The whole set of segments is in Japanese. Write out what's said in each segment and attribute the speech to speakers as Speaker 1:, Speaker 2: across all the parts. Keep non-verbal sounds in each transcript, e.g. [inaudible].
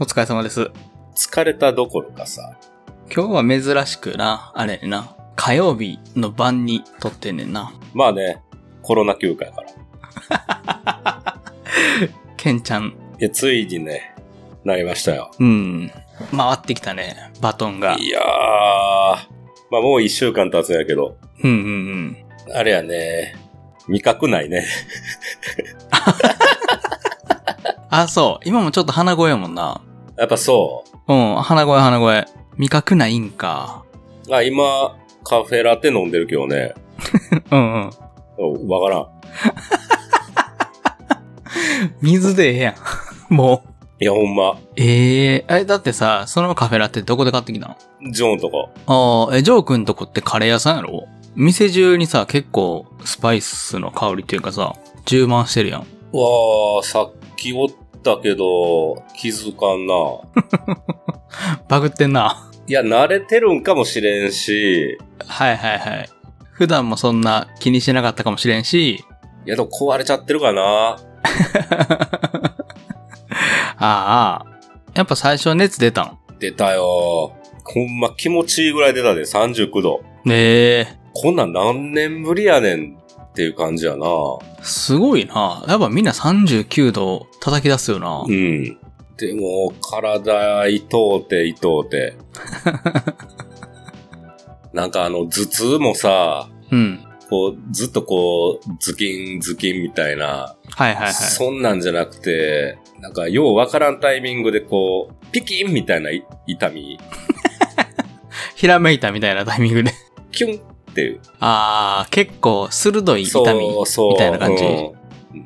Speaker 1: 疲れ様です。
Speaker 2: 疲れたどころかさ、
Speaker 1: 今日は珍しくな、あれやな。火曜日の晩に撮ってんねんな。
Speaker 2: まあね、コロナ休暇やから。
Speaker 1: ケンちゃん、
Speaker 2: いや、ついにね、なりましたよ。
Speaker 1: うん。回ってきたね、バトンが。
Speaker 2: いやー、まあもう一週間経つんやけど、
Speaker 1: うんうんうん。
Speaker 2: あれやね、味覚ないね。
Speaker 1: あ、そう。今もちょっと鼻声やもんな。
Speaker 2: やっぱそ
Speaker 1: うん、鼻声鼻声。味覚ないんか。
Speaker 2: う。あ、今、カフェラテ飲んでるけどね、
Speaker 1: うんうん。
Speaker 2: おわからん。
Speaker 1: 水でええやん。 [laughs] もう。
Speaker 2: いや、ほんま、
Speaker 1: えええ、だってさ、そのカフェラテどこで買ってきたの
Speaker 2: ジョンとか。
Speaker 1: ああ、え、ジョー君とこってカレー屋さんやろ店中にさ、結構スパイスの香りっていうかさ、充満してるやん。
Speaker 2: わー、さっきおったけど、気づかんな。
Speaker 1: バグってんな。
Speaker 2: いや、慣れてるんかもしれんし、
Speaker 1: はいはいはい。普段もそんな気にしてなかったかもしれんし、
Speaker 2: いや、でも壊れちゃってるかな。
Speaker 1: ああ、やっぱ最初熱出たん。
Speaker 2: 出たよほんま気持ちいいぐらい出たで、39度。
Speaker 1: ねえ、
Speaker 2: こんなん何年ぶりやねんっていう感じやな。
Speaker 1: すごいな。やっぱみんな39度叩き出すよな。
Speaker 2: うん。でも、体、いとうて、いとう
Speaker 1: [laughs]
Speaker 2: て。なんかあの、頭痛もさ、
Speaker 1: うん。
Speaker 2: こう、ずっとこう、ズキンズキンみたいな、
Speaker 1: はいはいはい。
Speaker 2: そんなんじゃなくて、なんか、ようわからんタイミングでこう、ピキンみたいない痛み、
Speaker 1: ひらめいたみたいなタイミングで。 [laughs]
Speaker 2: キュンっていう。
Speaker 1: ああ、結構鋭い痛み。
Speaker 2: そう
Speaker 1: みたいな感じ
Speaker 2: うん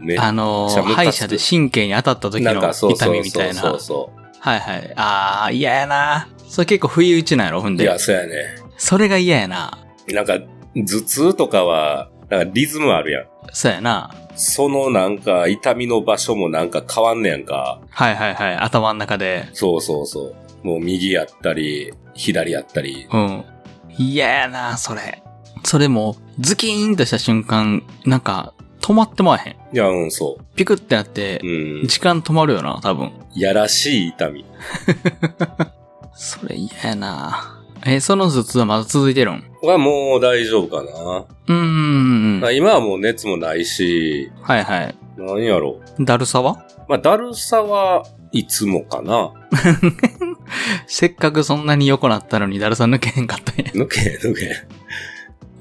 Speaker 2: めっちゃ
Speaker 1: あの
Speaker 2: めっちゃ
Speaker 1: ー、
Speaker 2: ムカつく
Speaker 1: 歯医者で神経に当たった時の
Speaker 2: なんかそう
Speaker 1: 痛
Speaker 2: そう
Speaker 1: みみたいな。
Speaker 2: そうそうそ
Speaker 1: はいはい。ああ、嫌やな。それ結構不意打ちなんやろ、ほん
Speaker 2: う。いや、
Speaker 1: で。
Speaker 2: そうやね。
Speaker 1: それが嫌やな。
Speaker 2: なんか、頭痛とかは、なんかリズムあるやん。
Speaker 1: そうやな。
Speaker 2: そのなんか、痛みの場所もなんか変わんねやんか。
Speaker 1: はいはいはい。頭ん中で。
Speaker 2: そうそうそう。もう右やったり、左やったり。
Speaker 1: うん。嫌やな、それ。それも、ズキーンとした瞬間、なんか、止まってまわへん。
Speaker 2: いや、うん、そ
Speaker 1: ピクってなっ
Speaker 2: う。
Speaker 1: て、
Speaker 2: うん。
Speaker 1: 時間止まるよな、多分。
Speaker 2: やらしい痛み。
Speaker 1: それ嫌やな。え、その頭痛はまだ続いてるん
Speaker 2: はもう大丈夫かな。
Speaker 1: うーん。
Speaker 2: まあ
Speaker 1: はい
Speaker 2: 今はもう熱もないし、
Speaker 1: はい。
Speaker 2: 何やろ
Speaker 1: だるさは
Speaker 2: う。まあ、だるさはいつもかな。
Speaker 1: せっかくそんなに良くなったのにだるさ抜けへんかったんや
Speaker 2: 抜け、抜け。い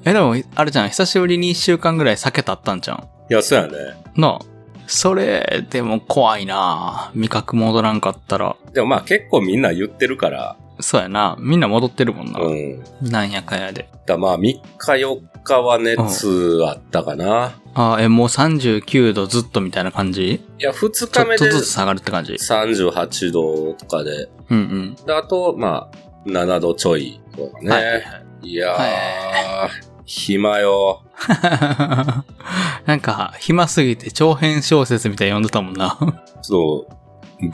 Speaker 1: え、でも、あれじゃん、久しぶりに一週間ぐらい酒経ったんじゃん。
Speaker 2: や、そうやね。
Speaker 1: なあ。それ、でも怖いな味覚戻らんかったら。
Speaker 2: でもまあ結構みんな言ってるから、
Speaker 1: そうやな。みんな戻ってるもんな。
Speaker 2: うん。
Speaker 1: なんやかんやで。
Speaker 2: だまあ3日4日は熱あったかな。
Speaker 1: あーえ、もう39度ずっとみたいな感じ
Speaker 2: いや、2
Speaker 1: ちょ
Speaker 2: 日
Speaker 1: っ
Speaker 2: 目
Speaker 1: と
Speaker 2: で
Speaker 1: ずつ下がるって感じ。
Speaker 2: 38度とかで。
Speaker 1: うんうん。
Speaker 2: で、あと、まあ、7度ちょいとかね。
Speaker 1: はいはい [laughs]
Speaker 2: い、やー、暇よ。
Speaker 1: はいなんか、暇すぎて長編小説みたいに読んでたもんな。 [laughs]
Speaker 2: ちょっと、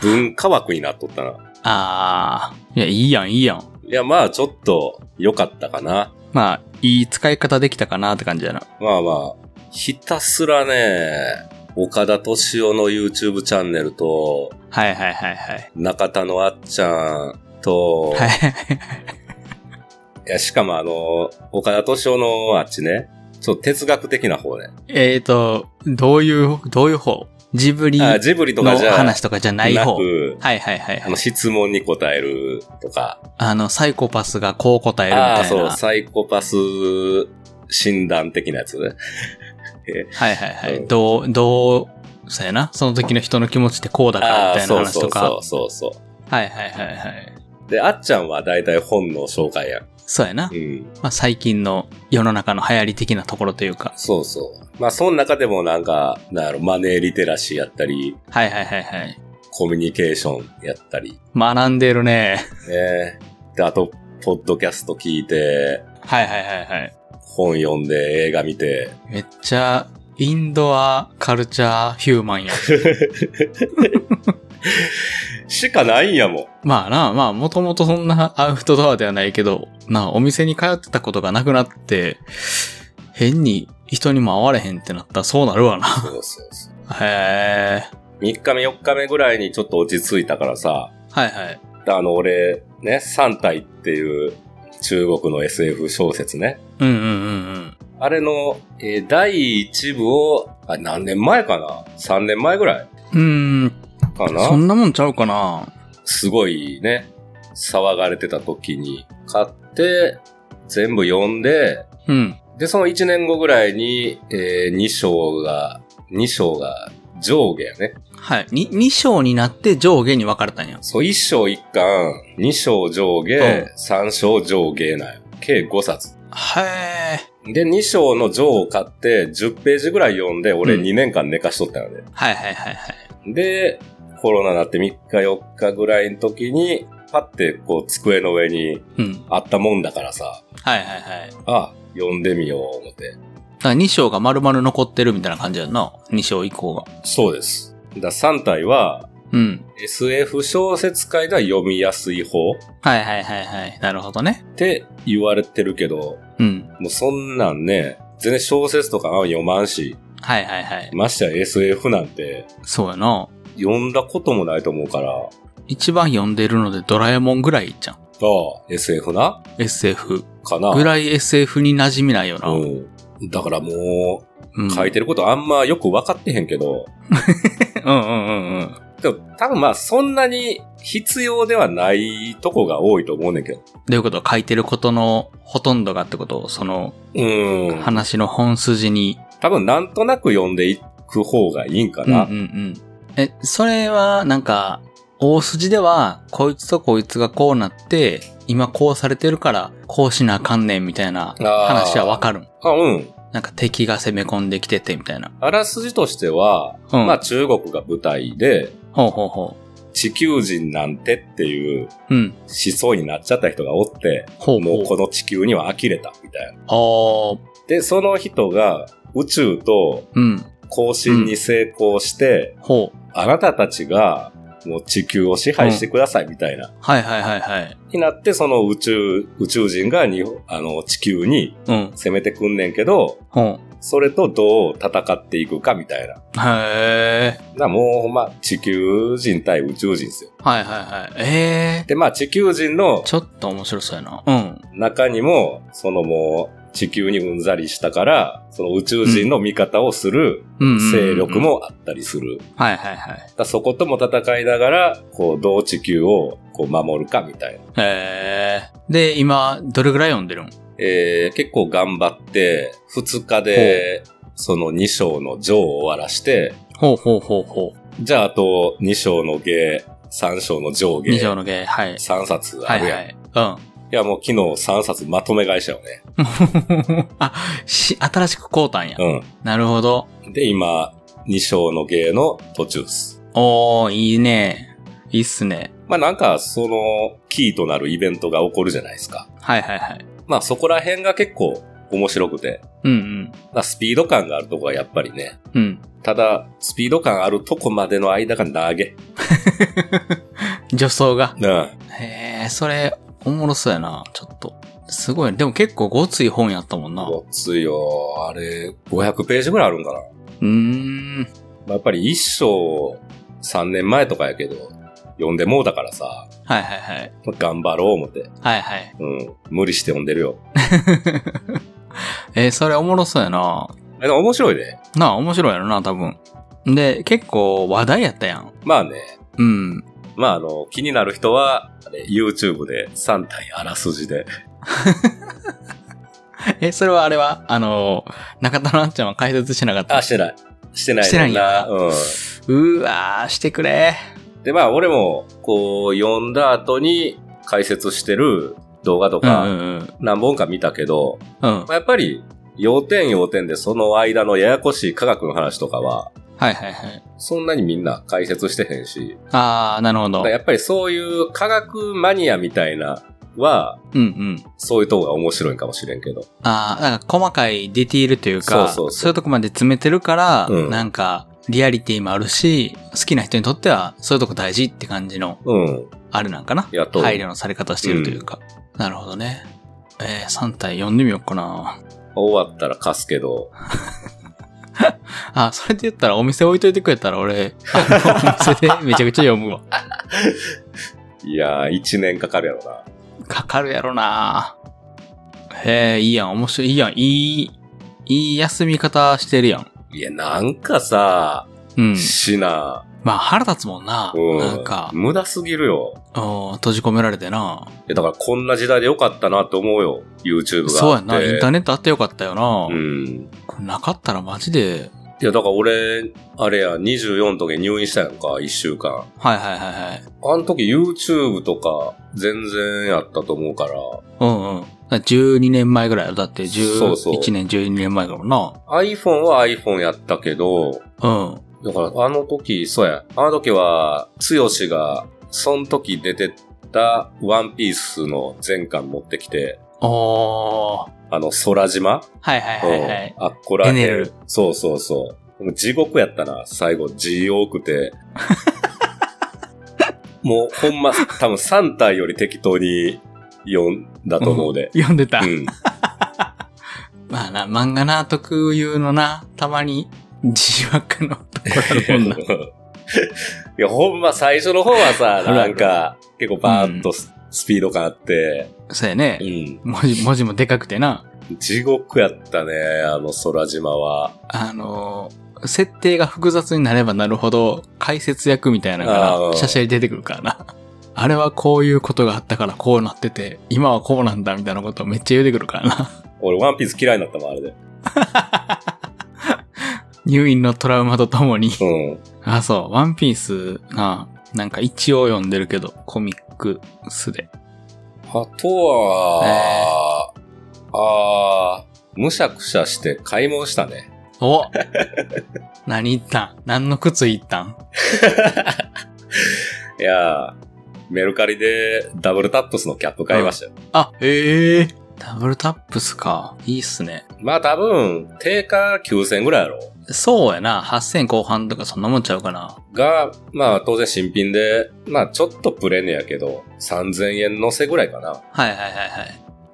Speaker 2: 文化枠になっとったな。
Speaker 1: あー。いや、いいやん、いいやん。
Speaker 2: いや、まあ、ちょっと、良かったかな。
Speaker 1: まあ、いい使い方できたかなって感じやな。
Speaker 2: まあまあ、ひたすらね、岡田敏夫の YouTube チャンネルと、
Speaker 1: はいはいはいはい。
Speaker 2: 中田のあっちゃんと、、
Speaker 1: はいい。 [laughs]
Speaker 2: や、しかもあの、岡田敏夫のあっちね、ちょっと哲学的な方ね。
Speaker 1: えーと、どういう、どういう方ジブリ
Speaker 2: あ
Speaker 1: の
Speaker 2: ジブリとかじゃ
Speaker 1: 話とかじゃない
Speaker 2: な
Speaker 1: 方。
Speaker 2: く、
Speaker 1: はいはいはい
Speaker 2: あ
Speaker 1: はい
Speaker 2: の、。質問に答えるとか、
Speaker 1: あの、サイコパスがこう答えるみ
Speaker 2: ああ、
Speaker 1: たい
Speaker 2: そう、
Speaker 1: な。
Speaker 2: サイコパス診断的なやつね。
Speaker 1: はいはいは
Speaker 2: う
Speaker 1: い。
Speaker 2: ん
Speaker 1: どう、どう、そうやな。その時の人の気持ちってこうだから
Speaker 2: あ
Speaker 1: みた
Speaker 2: あ、
Speaker 1: いな
Speaker 2: そう
Speaker 1: 話
Speaker 2: そ
Speaker 1: と
Speaker 2: う
Speaker 1: か
Speaker 2: そ。うそうそう。
Speaker 1: はいはいはいはい。
Speaker 2: で、あっちゃんは大体本の紹介やん。
Speaker 1: そうやな
Speaker 2: う。ん。
Speaker 1: まあ最近の世の中の流行り的なところというか。
Speaker 2: そうそう。まあ、その中でもなんか、なんやろ、マネーリテラシーやったり、
Speaker 1: はいはいはいはい。
Speaker 2: コミュニケーションやったり、
Speaker 1: 学んでるね。
Speaker 2: ね。で、あと、ポッドキャスト聞いて、
Speaker 1: はいはいはいはい。
Speaker 2: 本読んで、映画見て。
Speaker 1: めっちゃ、インドアカルチャーヒュー
Speaker 2: [laughs]
Speaker 1: マンや。
Speaker 2: しかないんやもん。
Speaker 1: まあな、まあもともとそんなアウトドアではないけど、なあ、お店に通ってたことがなくなって、変に人にも会われへんってなったらそうなるわな。
Speaker 2: そうそうそう。
Speaker 1: へえ。
Speaker 2: 3日目、4日目ぐらいにちょっと落ち着いたからさ、
Speaker 1: はいはい。
Speaker 2: あの、俺、ね、三体っていう中国の SF 小説ね。
Speaker 1: うんうんうんうん。
Speaker 2: あれの、えー第一部を、あ、何年前かな ?3 年前ぐらいう
Speaker 1: ーん、
Speaker 2: か
Speaker 1: そ
Speaker 2: なん
Speaker 1: なもんちゃうかな
Speaker 2: すごいね、騒がれてた時に買って、全部読んで、
Speaker 1: うん。
Speaker 2: で、その1年後ぐらいに、え2章が、2章が上下やね。
Speaker 1: はい。に、2章になって上下に分かれたんや。
Speaker 2: そう、1章1巻、2章上
Speaker 1: うん
Speaker 2: 下、3章上下なんよ計5冊。
Speaker 1: へー。
Speaker 2: で、2章のジョーを買って、10ページぐらい読んで、俺
Speaker 1: うん
Speaker 2: 2年間寝かしとったよね。
Speaker 1: はいはいはいはい。
Speaker 2: で、コロナになって3日4日ぐらいの時に、パってこう机の上に
Speaker 1: うん。
Speaker 2: あったもんだからさ、
Speaker 1: はいはいはい。だか
Speaker 2: あ、読んでみよう思って。
Speaker 1: ら2章が丸々残ってるみたいな感じやんな。2章以降が。
Speaker 2: そうです。だ3体は、
Speaker 1: うん。
Speaker 2: SF 小説界では読みやすい方っ
Speaker 1: はいはいはいはい。なるほどね。
Speaker 2: て言われてるけど、
Speaker 1: うん。
Speaker 2: もうそんなんね、全然小説とかあんま読まんし、
Speaker 1: はいはいはい。
Speaker 2: ましてや SF なんて
Speaker 1: そうやな。
Speaker 2: 読んだこともないと思うから、
Speaker 1: 一番読んでるのでドラえもんぐらいじゃん。
Speaker 2: ああ、SF な
Speaker 1: SF。
Speaker 2: かな
Speaker 1: ぐらい SF に馴染みないよな。
Speaker 2: うん。だからも
Speaker 1: うん
Speaker 2: う、書いてることあんまよく分かってへんけど、
Speaker 1: うんうんうんうん。
Speaker 2: でも多分まあそんなに必要ではないとこが多いと思うねんけど。
Speaker 1: どういうこと書いてることのほとんどがってことその
Speaker 2: うん。
Speaker 1: 話の本筋に。
Speaker 2: 多分なんとなく読んでいく方がいいんか
Speaker 1: うんうん
Speaker 2: な。
Speaker 1: うん。え、それはなんか、大筋では、こいつとこいつがこうなって、今こうされてるから、こうしなあかんねんみたいな話はわかるん。
Speaker 2: あ、うん。
Speaker 1: なんか敵が攻め込んできててみたいな。
Speaker 2: あらすじとしては、
Speaker 1: うん。
Speaker 2: まあ中国が舞台で、
Speaker 1: ほうほうほ
Speaker 2: 地球人なんてっていう
Speaker 1: う。うん。
Speaker 2: 思想になっちゃった人がおって、
Speaker 1: ほう
Speaker 2: もう
Speaker 1: ほ
Speaker 2: こ
Speaker 1: う。
Speaker 2: の地球には呆れたみたいな。
Speaker 1: あ
Speaker 2: で、その人が宇宙と
Speaker 1: あー、うん。
Speaker 2: 更新に成功して、
Speaker 1: ほう。
Speaker 2: あなたたちがもう地球を支配してくださいみたいな。
Speaker 1: はいはいはいはい。
Speaker 2: になって、その宇宙、宇宙人がにあの地球に
Speaker 1: うん。
Speaker 2: 攻めてくんねんけど、
Speaker 1: ほ
Speaker 2: それとどう戦っていくかみたいな。だか
Speaker 1: う。へえ。
Speaker 2: らもうほんま地球人対宇宙人ですよ。
Speaker 1: はいはいはい。ええ
Speaker 2: で、まあ地球人の
Speaker 1: ちょっと面白そうやな。うん。
Speaker 2: 中にも、そのもう地球にうんざりしたから、その宇宙人の味方をする
Speaker 1: うんうんうんうん
Speaker 2: 勢力。もあったりする。
Speaker 1: はいはいはい。
Speaker 2: だからそことも戦いながら、こう、どう地球をこう守るかみたいな。
Speaker 1: へえ。で、今、どれぐらい読んでるん
Speaker 2: えー結構頑張って、2日で、その2章の上を終わらして、
Speaker 1: ほうほうほうほう。
Speaker 2: じゃああと2章の下、3章の上
Speaker 1: 二条
Speaker 2: 下、
Speaker 1: の芸、はい。
Speaker 2: 3冊
Speaker 1: は
Speaker 2: あ
Speaker 1: い
Speaker 2: るやん。、
Speaker 1: はいい。うん。
Speaker 2: やもう昨日3冊まとめ買いしたよね。
Speaker 1: [laughs] あ、し、新しく買うたんや。なるほど。
Speaker 2: うん。で、今、2章の下の途中です。
Speaker 1: おー、いいね。いいっすね。
Speaker 2: まあなんか、その、キーとなるイベントが起こるじゃないですか。
Speaker 1: はいはいはい。
Speaker 2: まあそこら辺が結構面白くて、
Speaker 1: うん
Speaker 2: まあスピード感があるとこはやっぱりね、
Speaker 1: うん。うん。
Speaker 2: ただ、スピード感あるとこまでの間が長い。
Speaker 1: 女装が。
Speaker 2: うん。
Speaker 1: へえ、それ、おもろそうやな。ちょっと。すごい。でも結構ごつい本やったもんな。う
Speaker 2: ごついよ。あれ、500ページぐらいあるんかな。ま
Speaker 1: ーん。
Speaker 2: あやっぱり一章3年前とかやけど、読んでもうだからさ、
Speaker 1: はいはいはい。
Speaker 2: 頑張ろう思って。
Speaker 1: はいはい。
Speaker 2: うん。無理して読んでるよ。
Speaker 1: えーそれおもろそうやな。
Speaker 2: えでも面白いね。
Speaker 1: なあ、面白いやろな、多分。で、結構話題やったやん。
Speaker 2: まあね。
Speaker 1: うん。
Speaker 2: まああの、気になる人は、あれ YouTube で3体あらすじで。
Speaker 1: [laughs] え、それはあれは、あのー中田のあんちゃんは解説しなかった。
Speaker 2: あ、してない。してない
Speaker 1: してないんや
Speaker 2: な。う
Speaker 1: う
Speaker 2: ん。
Speaker 1: わー、してくれ。
Speaker 2: で、まあ俺も、こう、読んだ後に解説してる動画と
Speaker 1: うんう
Speaker 2: か、
Speaker 1: んうん。
Speaker 2: 何本か見たけど、
Speaker 1: うん。
Speaker 2: まあやっぱり、要点要点でその間のややこしい科学の話とかは、
Speaker 1: はいはいはい。
Speaker 2: そんなにみんな解説してへんし、
Speaker 1: あー、なるほ
Speaker 2: だ
Speaker 1: ど
Speaker 2: から。やっぱりそういう科学マニアみたいなは、
Speaker 1: うんうん。
Speaker 2: そういうとこが面白いんかもしれんけど。
Speaker 1: あー、なんか細かいディティールというか、
Speaker 2: そうそうそう
Speaker 1: いうとこまで詰めてるから、
Speaker 2: うん
Speaker 1: なんか、リアリティもあるし、好きな人にとっては、そういうとこ大事って感じの、
Speaker 2: うん。
Speaker 1: あれなんかな。
Speaker 2: やっと。
Speaker 1: 配慮のされ方してるというか。なるほどね。えー、3体読んでみようかな。
Speaker 2: 終わったら貸すけど。
Speaker 1: あ、それで言ったらお店置いといてくれたら俺、あのお店でめちゃくちゃ読むわ。
Speaker 2: いやー、1年かかるやろな。
Speaker 1: かかるやろなへえ、いいやん、面白い、いいやん、いい、いい休み方してるやん。
Speaker 2: いや、なんかさ、
Speaker 1: うん。
Speaker 2: しな、
Speaker 1: まあ腹立つもんな。
Speaker 2: うん
Speaker 1: なんか、
Speaker 2: 無駄すぎるよ。
Speaker 1: うん閉じ込められてな。
Speaker 2: いや、だからこんな時代でよかったなって思うよ。YouTube があって。
Speaker 1: そうやんな。インターネットあってよかったよな。
Speaker 2: うん。
Speaker 1: これなかったらマジで、
Speaker 2: いや、だから俺、あれや、24の時に入院したやんか、1週間。
Speaker 1: はいはいはいはい。
Speaker 2: あの時 YouTube とか全然やったと思うから、
Speaker 1: うんうん。だから12年前ぐらいよだって11
Speaker 2: そうそう
Speaker 1: 年、12年前だもんな。
Speaker 2: iPhone は iPhone やったけど、
Speaker 1: うん。
Speaker 2: だからあの時、そうや、あの時は、つよしが、その時出てたワンピースの全巻持ってきて、
Speaker 1: おー。
Speaker 2: あの、空島
Speaker 1: はいはいはいはい。
Speaker 2: うんあっこらへん。
Speaker 1: エネル
Speaker 2: そうそうそう。でも地獄やったな、最後。地多く [laughs] て。もう、ほんま、多分3体より適当に読んだと思うで。
Speaker 1: 読んでた。
Speaker 2: うん。
Speaker 1: まあな、漫画な特有のな、たまに、自爆のところある
Speaker 2: [laughs]
Speaker 1: もんな。
Speaker 2: いや、ほんま、最初の方はさ、
Speaker 1: あるあ
Speaker 2: な
Speaker 1: る
Speaker 2: んか、結構バーッとス,、ピード感あって、
Speaker 1: そうやね
Speaker 2: う。ん。
Speaker 1: 文字、文字もでかくてな。
Speaker 2: 地獄やったね、あの空島は。
Speaker 1: あのー設定が複雑になればなるほど、解説役みたいなの
Speaker 2: あーう
Speaker 1: が、
Speaker 2: ん
Speaker 1: 写真に出てくるからな。あれはこういうことがあったからこうなってて、今はこうなんだみたいなことめっちゃ言うてくるからな。
Speaker 2: 俺、ワンピース嫌いになったもん、あれで。
Speaker 1: 入院のトラウマとともに。
Speaker 2: うん。
Speaker 1: あ、そう、ワンピースが、なんか一応読んでるけど、コミックスで。
Speaker 2: あとは、ああ、むしゃくしゃして買い物したね。
Speaker 1: お何言ったん何の靴言ったん
Speaker 2: いやー、メルカリでダブルタップスのキャップ買いましたよ。
Speaker 1: あ、ええダブルタップスか。いいっすね。
Speaker 2: まあ多分、定価9000ぐらいやろ。
Speaker 1: そうやな。8000後半とかそんなもんちゃうかな。
Speaker 2: が、まあ当然新品で、まあちょっとプレネやけど、3000円乗せぐらいかな。だか
Speaker 1: はいはいはいはい。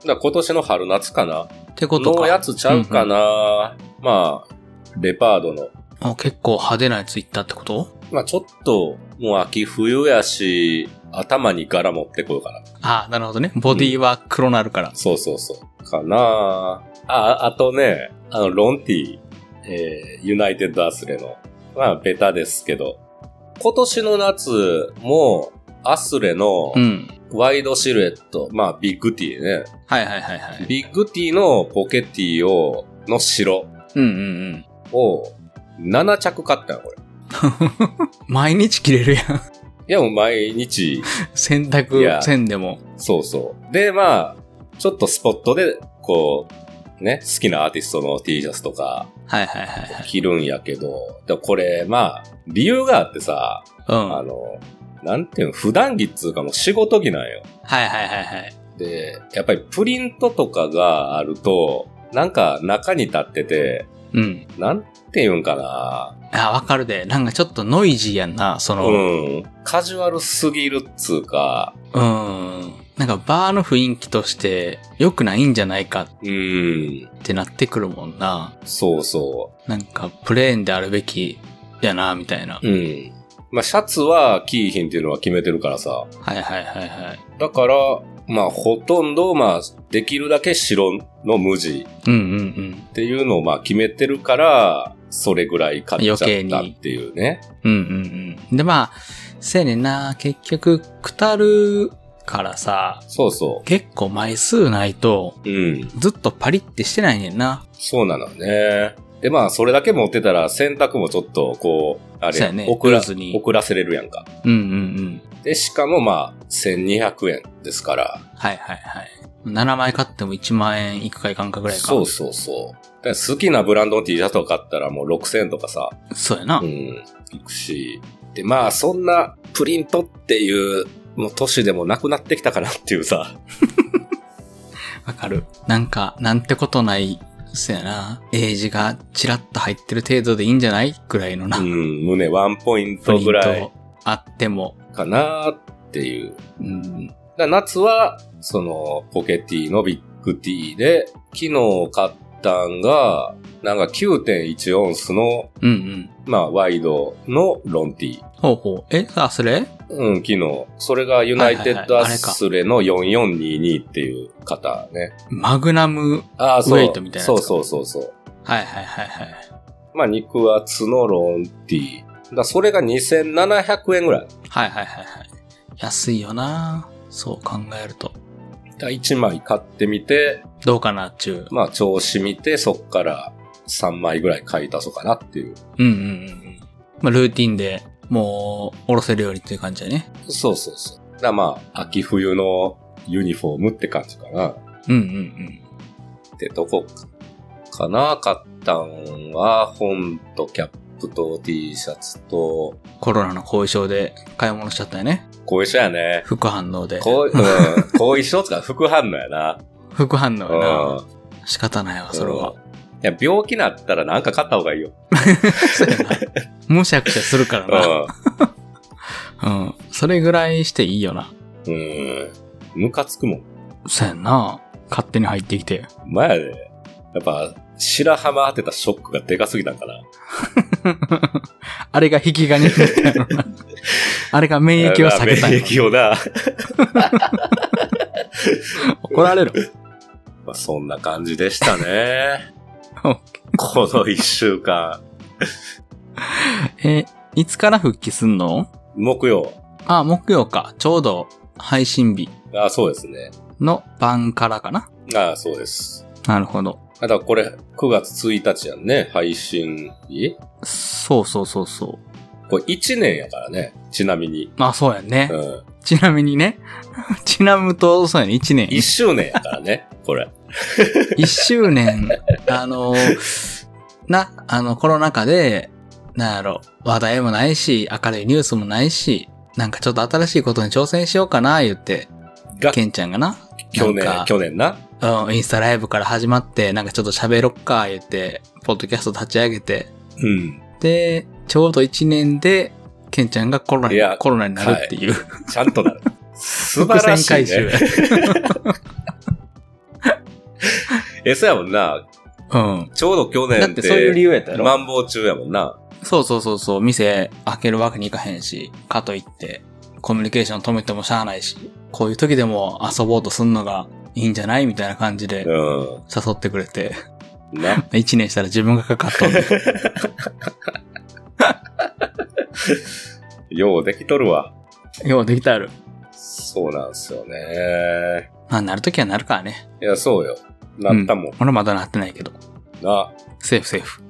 Speaker 2: ら今年の春夏かな。
Speaker 1: ってこと
Speaker 2: の
Speaker 1: か。
Speaker 2: やつちゃうかな。まあ、レパードの。
Speaker 1: あ結構派手なやつ行ったってこと
Speaker 2: まあちょっと、もう秋冬やし、頭に柄持ってこようかな。
Speaker 1: あ、なるほどね。ボディは黒なるから。
Speaker 2: そうそうそう。かなああ、あとね、あの、ロンティ、えー、ユナイテッドアスレの。まあ、ベタですけど。今年の夏も、アスレの
Speaker 1: うん。
Speaker 2: ワイドシルエット、まあ、ビッグティーね。
Speaker 1: はいはいはいはい。
Speaker 2: ビッグティーのポケティを、の白
Speaker 1: うんうんうん。
Speaker 2: を、7着買ったの、これ。
Speaker 1: 毎日着れるやん。 [laughs]
Speaker 2: いや、もう毎日、
Speaker 1: 洗
Speaker 2: い
Speaker 1: 濯
Speaker 2: や
Speaker 1: せんでも。
Speaker 2: そうそう。で、まあ、ちょっとスポットで、こう、ね、好きなアーティストの T シャツとか、
Speaker 1: はいはいはいはい。
Speaker 2: 着るんやけど、でもこれ、まあ、理由があってさ、
Speaker 1: うん。
Speaker 2: あの、なんていうの、普段着っつうかもう仕事着なんよ。
Speaker 1: はいはいはいはい。
Speaker 2: で、やっぱりプリントとかがあると、なんか中に立ってて、
Speaker 1: うん。
Speaker 2: なんていうんかな、
Speaker 1: あ、わかるで。なんかちょっとノイジーやんな、その、うん。
Speaker 2: うん、カジュアルすぎるっつうか、
Speaker 1: なんかバーの雰囲気として良くないんじゃないか
Speaker 2: うん、
Speaker 1: ってなってくるもんな。
Speaker 2: そうそ
Speaker 1: なんかプレーンであるべきやな、みたいな。
Speaker 2: う、うん。まあ、シャツはキーヒンっていうのは決めてるからさ、
Speaker 1: はいはいはいはい。
Speaker 2: だから、まあ、ほとんど、まあ、できるだけ白の無地
Speaker 1: うんうん
Speaker 2: っていうのをまあ決めてるから、それぐらい買っちゃったっていうね。
Speaker 1: うん。うんうんうん。でまあ、せやねんな、結局、くたるからさ、
Speaker 2: そうそ
Speaker 1: 結構枚数ないと、
Speaker 2: う。うん。
Speaker 1: ずっとパリってしてないねんな。
Speaker 2: そうなのね。でまあそれだけ持ってたら洗濯もちょっとこう、あ
Speaker 1: そう
Speaker 2: れ、
Speaker 1: やね
Speaker 2: 遅
Speaker 1: ル
Speaker 2: ら
Speaker 1: ーズに
Speaker 2: 遅らせれるやんか。
Speaker 1: うんうんうん。
Speaker 2: で、しかもまあ1200円ですから。
Speaker 1: はいはいはい。7枚買っても1万円いくかいかんかぐらいか。
Speaker 2: そうそうそう。だから好きなブランドの T シャツを買ったらもう6000円とかさ、
Speaker 1: そうやな。
Speaker 2: うん、いくし。で、まあそんなプリントっていう、もう都市でもなくなってきたかなっていうさ。
Speaker 1: わかる。なんか、なんてことない、そうやな。英字がチラッと入ってる程度でいいんじゃないぐらいのな。
Speaker 2: うん、胸ワンポイン
Speaker 1: プ
Speaker 2: ト
Speaker 1: リン
Speaker 2: ぐらい
Speaker 1: トあっても。
Speaker 2: かなーっていう。
Speaker 1: うん。
Speaker 2: だから夏は、その、ポケティのビッグティで、昨日買っタンが、なんか9.1オンスの、
Speaker 1: うんうん。
Speaker 2: まあ、ワイドのロンティ。
Speaker 1: ほうほう。え、あ、それ
Speaker 2: うん、昨日。それがユナイテッド
Speaker 1: はいはいは
Speaker 2: ア
Speaker 1: いあれか
Speaker 2: スレの4422っていう方ね。
Speaker 1: マグナム。
Speaker 2: ああ、そう。
Speaker 1: ウェイトみたいなやつ
Speaker 2: そう
Speaker 1: か
Speaker 2: そうそうそう。
Speaker 1: はいはいはいはい。
Speaker 2: まあ、肉厚のロンティ。だそれが2700円ぐらい。
Speaker 1: はいはいはいはい。安いよなそう考えると。
Speaker 2: だ1枚買ってみて、
Speaker 1: どうかなっちゅう。
Speaker 2: まあ、調子見て、そっから3枚ぐらい買い足そうかなっていう。
Speaker 1: うんうんうんうん。まあ、ルーティンでもう、おろせるようにっていう感じだね。
Speaker 2: そうそうそう。だからまあ、秋冬のユニフォームって感じかな。っ
Speaker 1: うんうんうん。
Speaker 2: てとこかな。買ったんは、本とキャップと T シャツと、
Speaker 1: コロナの後遺症で買い物しちゃったよね。
Speaker 2: 後遺症やね。
Speaker 1: 副反応で。
Speaker 2: 後
Speaker 1: [laughs]
Speaker 2: うん、後遺症とか副反応やな。
Speaker 1: 副反応や
Speaker 2: う。。
Speaker 1: なん仕方ないわ、それは
Speaker 2: うん。。いや、病気なったらなんか買った方がい
Speaker 1: [laughs]
Speaker 2: いよ。
Speaker 1: そうやな。むしゃくしゃするからな。
Speaker 2: う
Speaker 1: うん。それぐらいしていいよな。
Speaker 2: ん。うん。ムカつくもん。
Speaker 1: そうやんな。勝手に入ってきて。
Speaker 2: 前やで。やっぱ、白浜当てたショックがでかすぎたんかな。
Speaker 1: あれが引き金になったんやろ
Speaker 2: [laughs]
Speaker 1: なあれが免疫を避けたんや
Speaker 2: 免
Speaker 1: ろ
Speaker 2: 疫をな。
Speaker 1: 怒られる。
Speaker 2: まあ、そんな感じでしたね
Speaker 1: [laughs] OK。
Speaker 2: この一週間。
Speaker 1: え、いつから復帰すんの
Speaker 2: 木曜。
Speaker 1: あ、木曜か。ちょうど配信日
Speaker 2: あそうですね。
Speaker 1: の晩からかな。
Speaker 2: あそうです。
Speaker 1: なるほど。
Speaker 2: あとはこれ、9月1日やんね。配信日。
Speaker 1: そうそうそうそう。
Speaker 2: これ1年やからね。ちなみに。
Speaker 1: まあそうやね
Speaker 2: う。ん。
Speaker 1: ちなみにね。 [laughs] ちなむと、そうやね。1年。
Speaker 2: 1周年やからね。これ。
Speaker 1: 一周年、あの、な、あの、コロナ禍で、なんやろ、話題もないし、明るいニュースもないし、なんかちょっと新しいことに挑戦しようかな、言って、
Speaker 2: が、
Speaker 1: ケンちゃんがな、
Speaker 2: 去
Speaker 1: なん
Speaker 2: 年
Speaker 1: か、
Speaker 2: 去年な。
Speaker 1: うん、インスタライブから始まって、なんかちょっと喋ろっか、言って、ポッドキャスト立ち上げて、
Speaker 2: うん。
Speaker 1: で、ちょうど1年で、ケンちゃんがコロナ
Speaker 2: いや
Speaker 1: に、コロナになるっていう、
Speaker 2: ちゃんとなる。素
Speaker 1: 伏
Speaker 2: 晴ら
Speaker 1: 線
Speaker 2: し
Speaker 1: 回
Speaker 2: い
Speaker 1: 収
Speaker 2: ね。。え、そうやもんな。
Speaker 1: うん。
Speaker 2: [laughs] ちょうど去年
Speaker 1: だってそういう理由やったやろ
Speaker 2: マンボウ中やもんな。
Speaker 1: そうそうそうそう、店開けるわけにいかへんし、かといって、コミュニケーション止めてもしゃあないし、こういう時でも遊ぼうとすんのがいいんじゃないみたいな感じで
Speaker 2: う
Speaker 1: 誘ってくれて、
Speaker 2: ん。な。
Speaker 1: 1年したら自分がかかっとん
Speaker 2: [laughs]
Speaker 1: で
Speaker 2: ようできとるわ。
Speaker 1: ようできたある。
Speaker 2: そうなんすよね。
Speaker 1: まあ、なる時はなるからね。
Speaker 2: いや、そうよ。なったもん
Speaker 1: 俺まだなってないけど。
Speaker 2: な。
Speaker 1: セーフセーフ。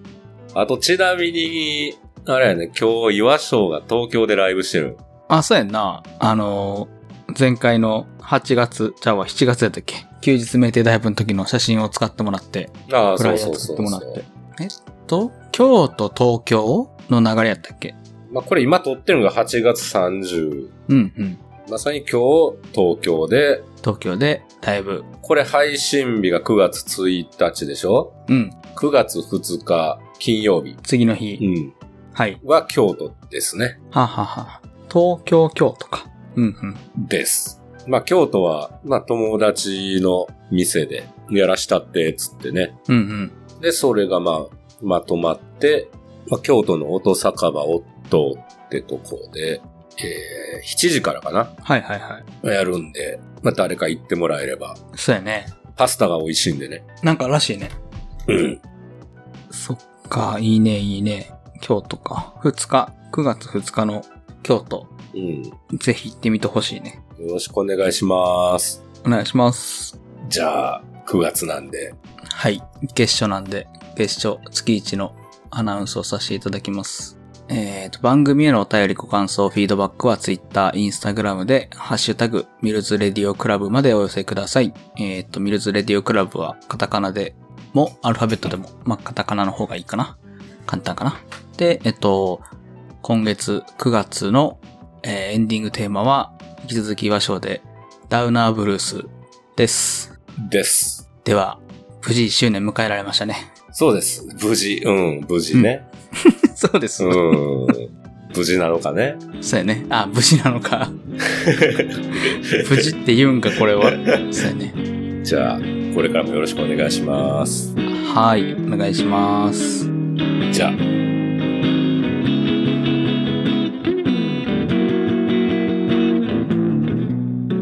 Speaker 2: あと、ちなみに、あれやね、今日、岩翔が東京でライブしてる。
Speaker 1: あ、そうやんな。あのー前回の8月、ちゃうわ、7月やったっけ休日名定大ブの時の写真を使ってもらって、
Speaker 2: ああ、
Speaker 1: フ
Speaker 2: そ
Speaker 1: ラ
Speaker 2: う
Speaker 1: イヤ
Speaker 2: そ
Speaker 1: ー
Speaker 2: うそ
Speaker 1: 作
Speaker 2: う
Speaker 1: ってもらっ
Speaker 2: そ
Speaker 1: て
Speaker 2: う。。
Speaker 1: えっと、京都、東京の流れやったっけ
Speaker 2: まあ、これ今撮ってるのが8月30。
Speaker 1: うんうん。
Speaker 2: まさに今日、東京で、
Speaker 1: 東京でだいぶ。
Speaker 2: これ配信日が9月1日でしょ
Speaker 1: うん。
Speaker 2: ?9 月2日、金曜日。
Speaker 1: 次の日。
Speaker 2: うん。
Speaker 1: はい。
Speaker 2: は京都ですね。
Speaker 1: はあはあはあ東京、京都か。うんうん。
Speaker 2: です。まあ、京都は、まあ、友達の店でやらしたって、つってね。
Speaker 1: うんうん。
Speaker 2: で、それがまあ、まとまって、まあ、京都の音酒場オットーってとこで、えー、7時からかな
Speaker 1: はいはいはい。
Speaker 2: やるんで、まあ、誰か行ってもらえれば、
Speaker 1: そうやね。
Speaker 2: パスタが美味しいんでね。
Speaker 1: なんからしいね。
Speaker 2: うん。
Speaker 1: そっか、いいねいいね。京都か。2日、9月2日の京都。
Speaker 2: うん。
Speaker 1: ぜひ行ってみてほしいね。
Speaker 2: よろしくお願いします。
Speaker 1: お願いします。
Speaker 2: じゃあ、9月なんで。
Speaker 1: はい。決勝なんで、決勝月一のアナウンスをさせていただきます。えー、と、番組へのお便り、ご感想、フィードバックは Twitter、Instagram で、ハッシュタグ、ミルズレディオクラブまでお寄せください。えー、と、ミルズレディオクラブはカタカナでも、アルファベットでも、まあ、カタカナの方がいいかな。簡単かな。で、えっと、今月9月の、えーエンディングテーマは、引き続き和章で、ダウナーブルースです。
Speaker 2: です。
Speaker 1: では、無事1周年迎えられましたね。
Speaker 2: そうです。無事、うん、無事ね。
Speaker 1: [laughs] そうです
Speaker 2: うん。無事なのかね。
Speaker 1: そうやね。あ、無事なのか。無事って言うんか、これは。そうやね。
Speaker 2: じゃあ、これからもよろしくお願いします。
Speaker 1: はい、お願いします。
Speaker 2: じゃあ。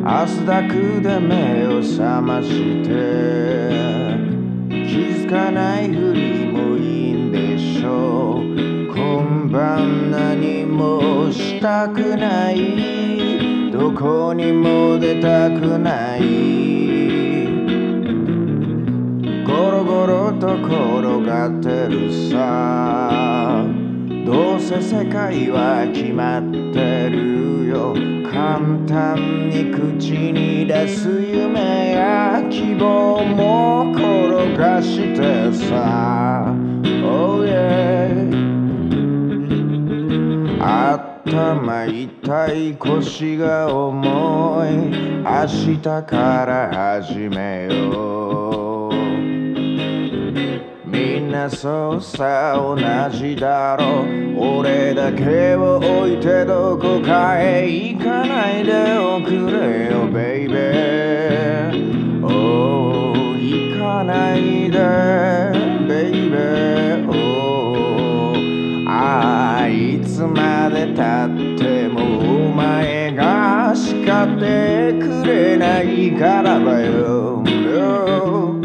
Speaker 3: 汗だくで目を覚まして気づかないふりもいいんでしょう今晩何もしたくないどこにも出たくないゴロゴロと転がってるさどうせ世界は決まってるよ簡単に口に出す夢や希望も転がしてさ Oh yeah 頭痛い腰が重い明日から始めようみんなそうさ同じだろう俺だけを置いてどこかへ行かないでおくれよベイベーおう行かないでベイベーおうああいつまでたってもお前が叱ってくれないからだよ No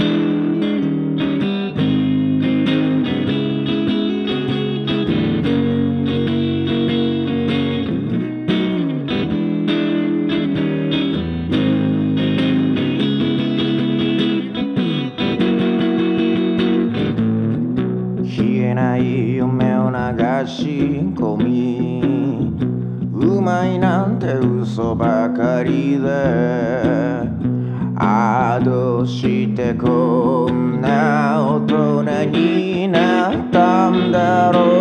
Speaker 3: 消えない夢を流し込みうまいなんて嘘ばかりでああどうしてこんな大人になったんだろう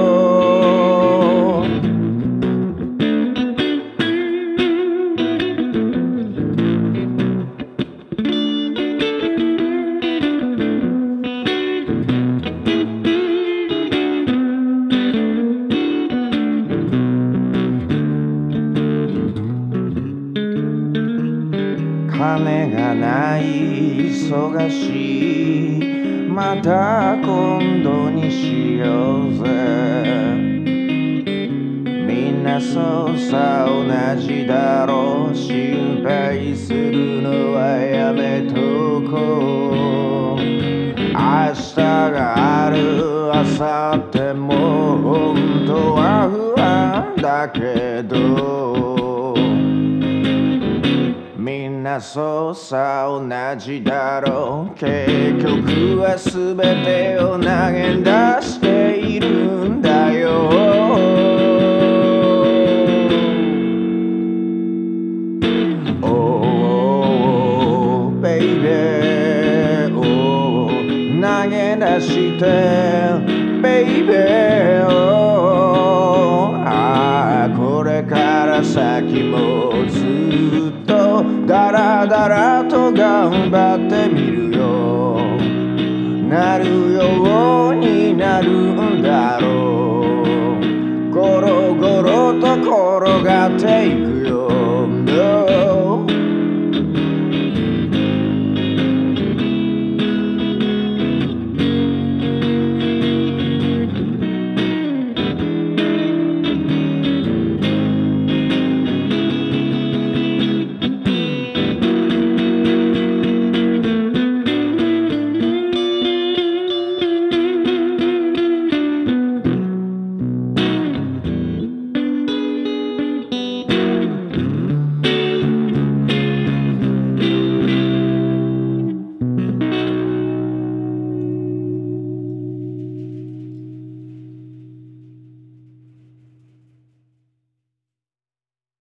Speaker 3: 金がない忙しいまた今度にしようぜみんなそうさ同じだろう心配するのはやめとこう明日がある明後日も本当は不安だけどみんなそうさ同じだろう結局は全てを投げ出しているんだよおーベイベーおー投げ出してベイベーおーあーこれから先もずっとダラダラと頑張ってみるよなるようになるんだろうゴロゴロと転がっていくよ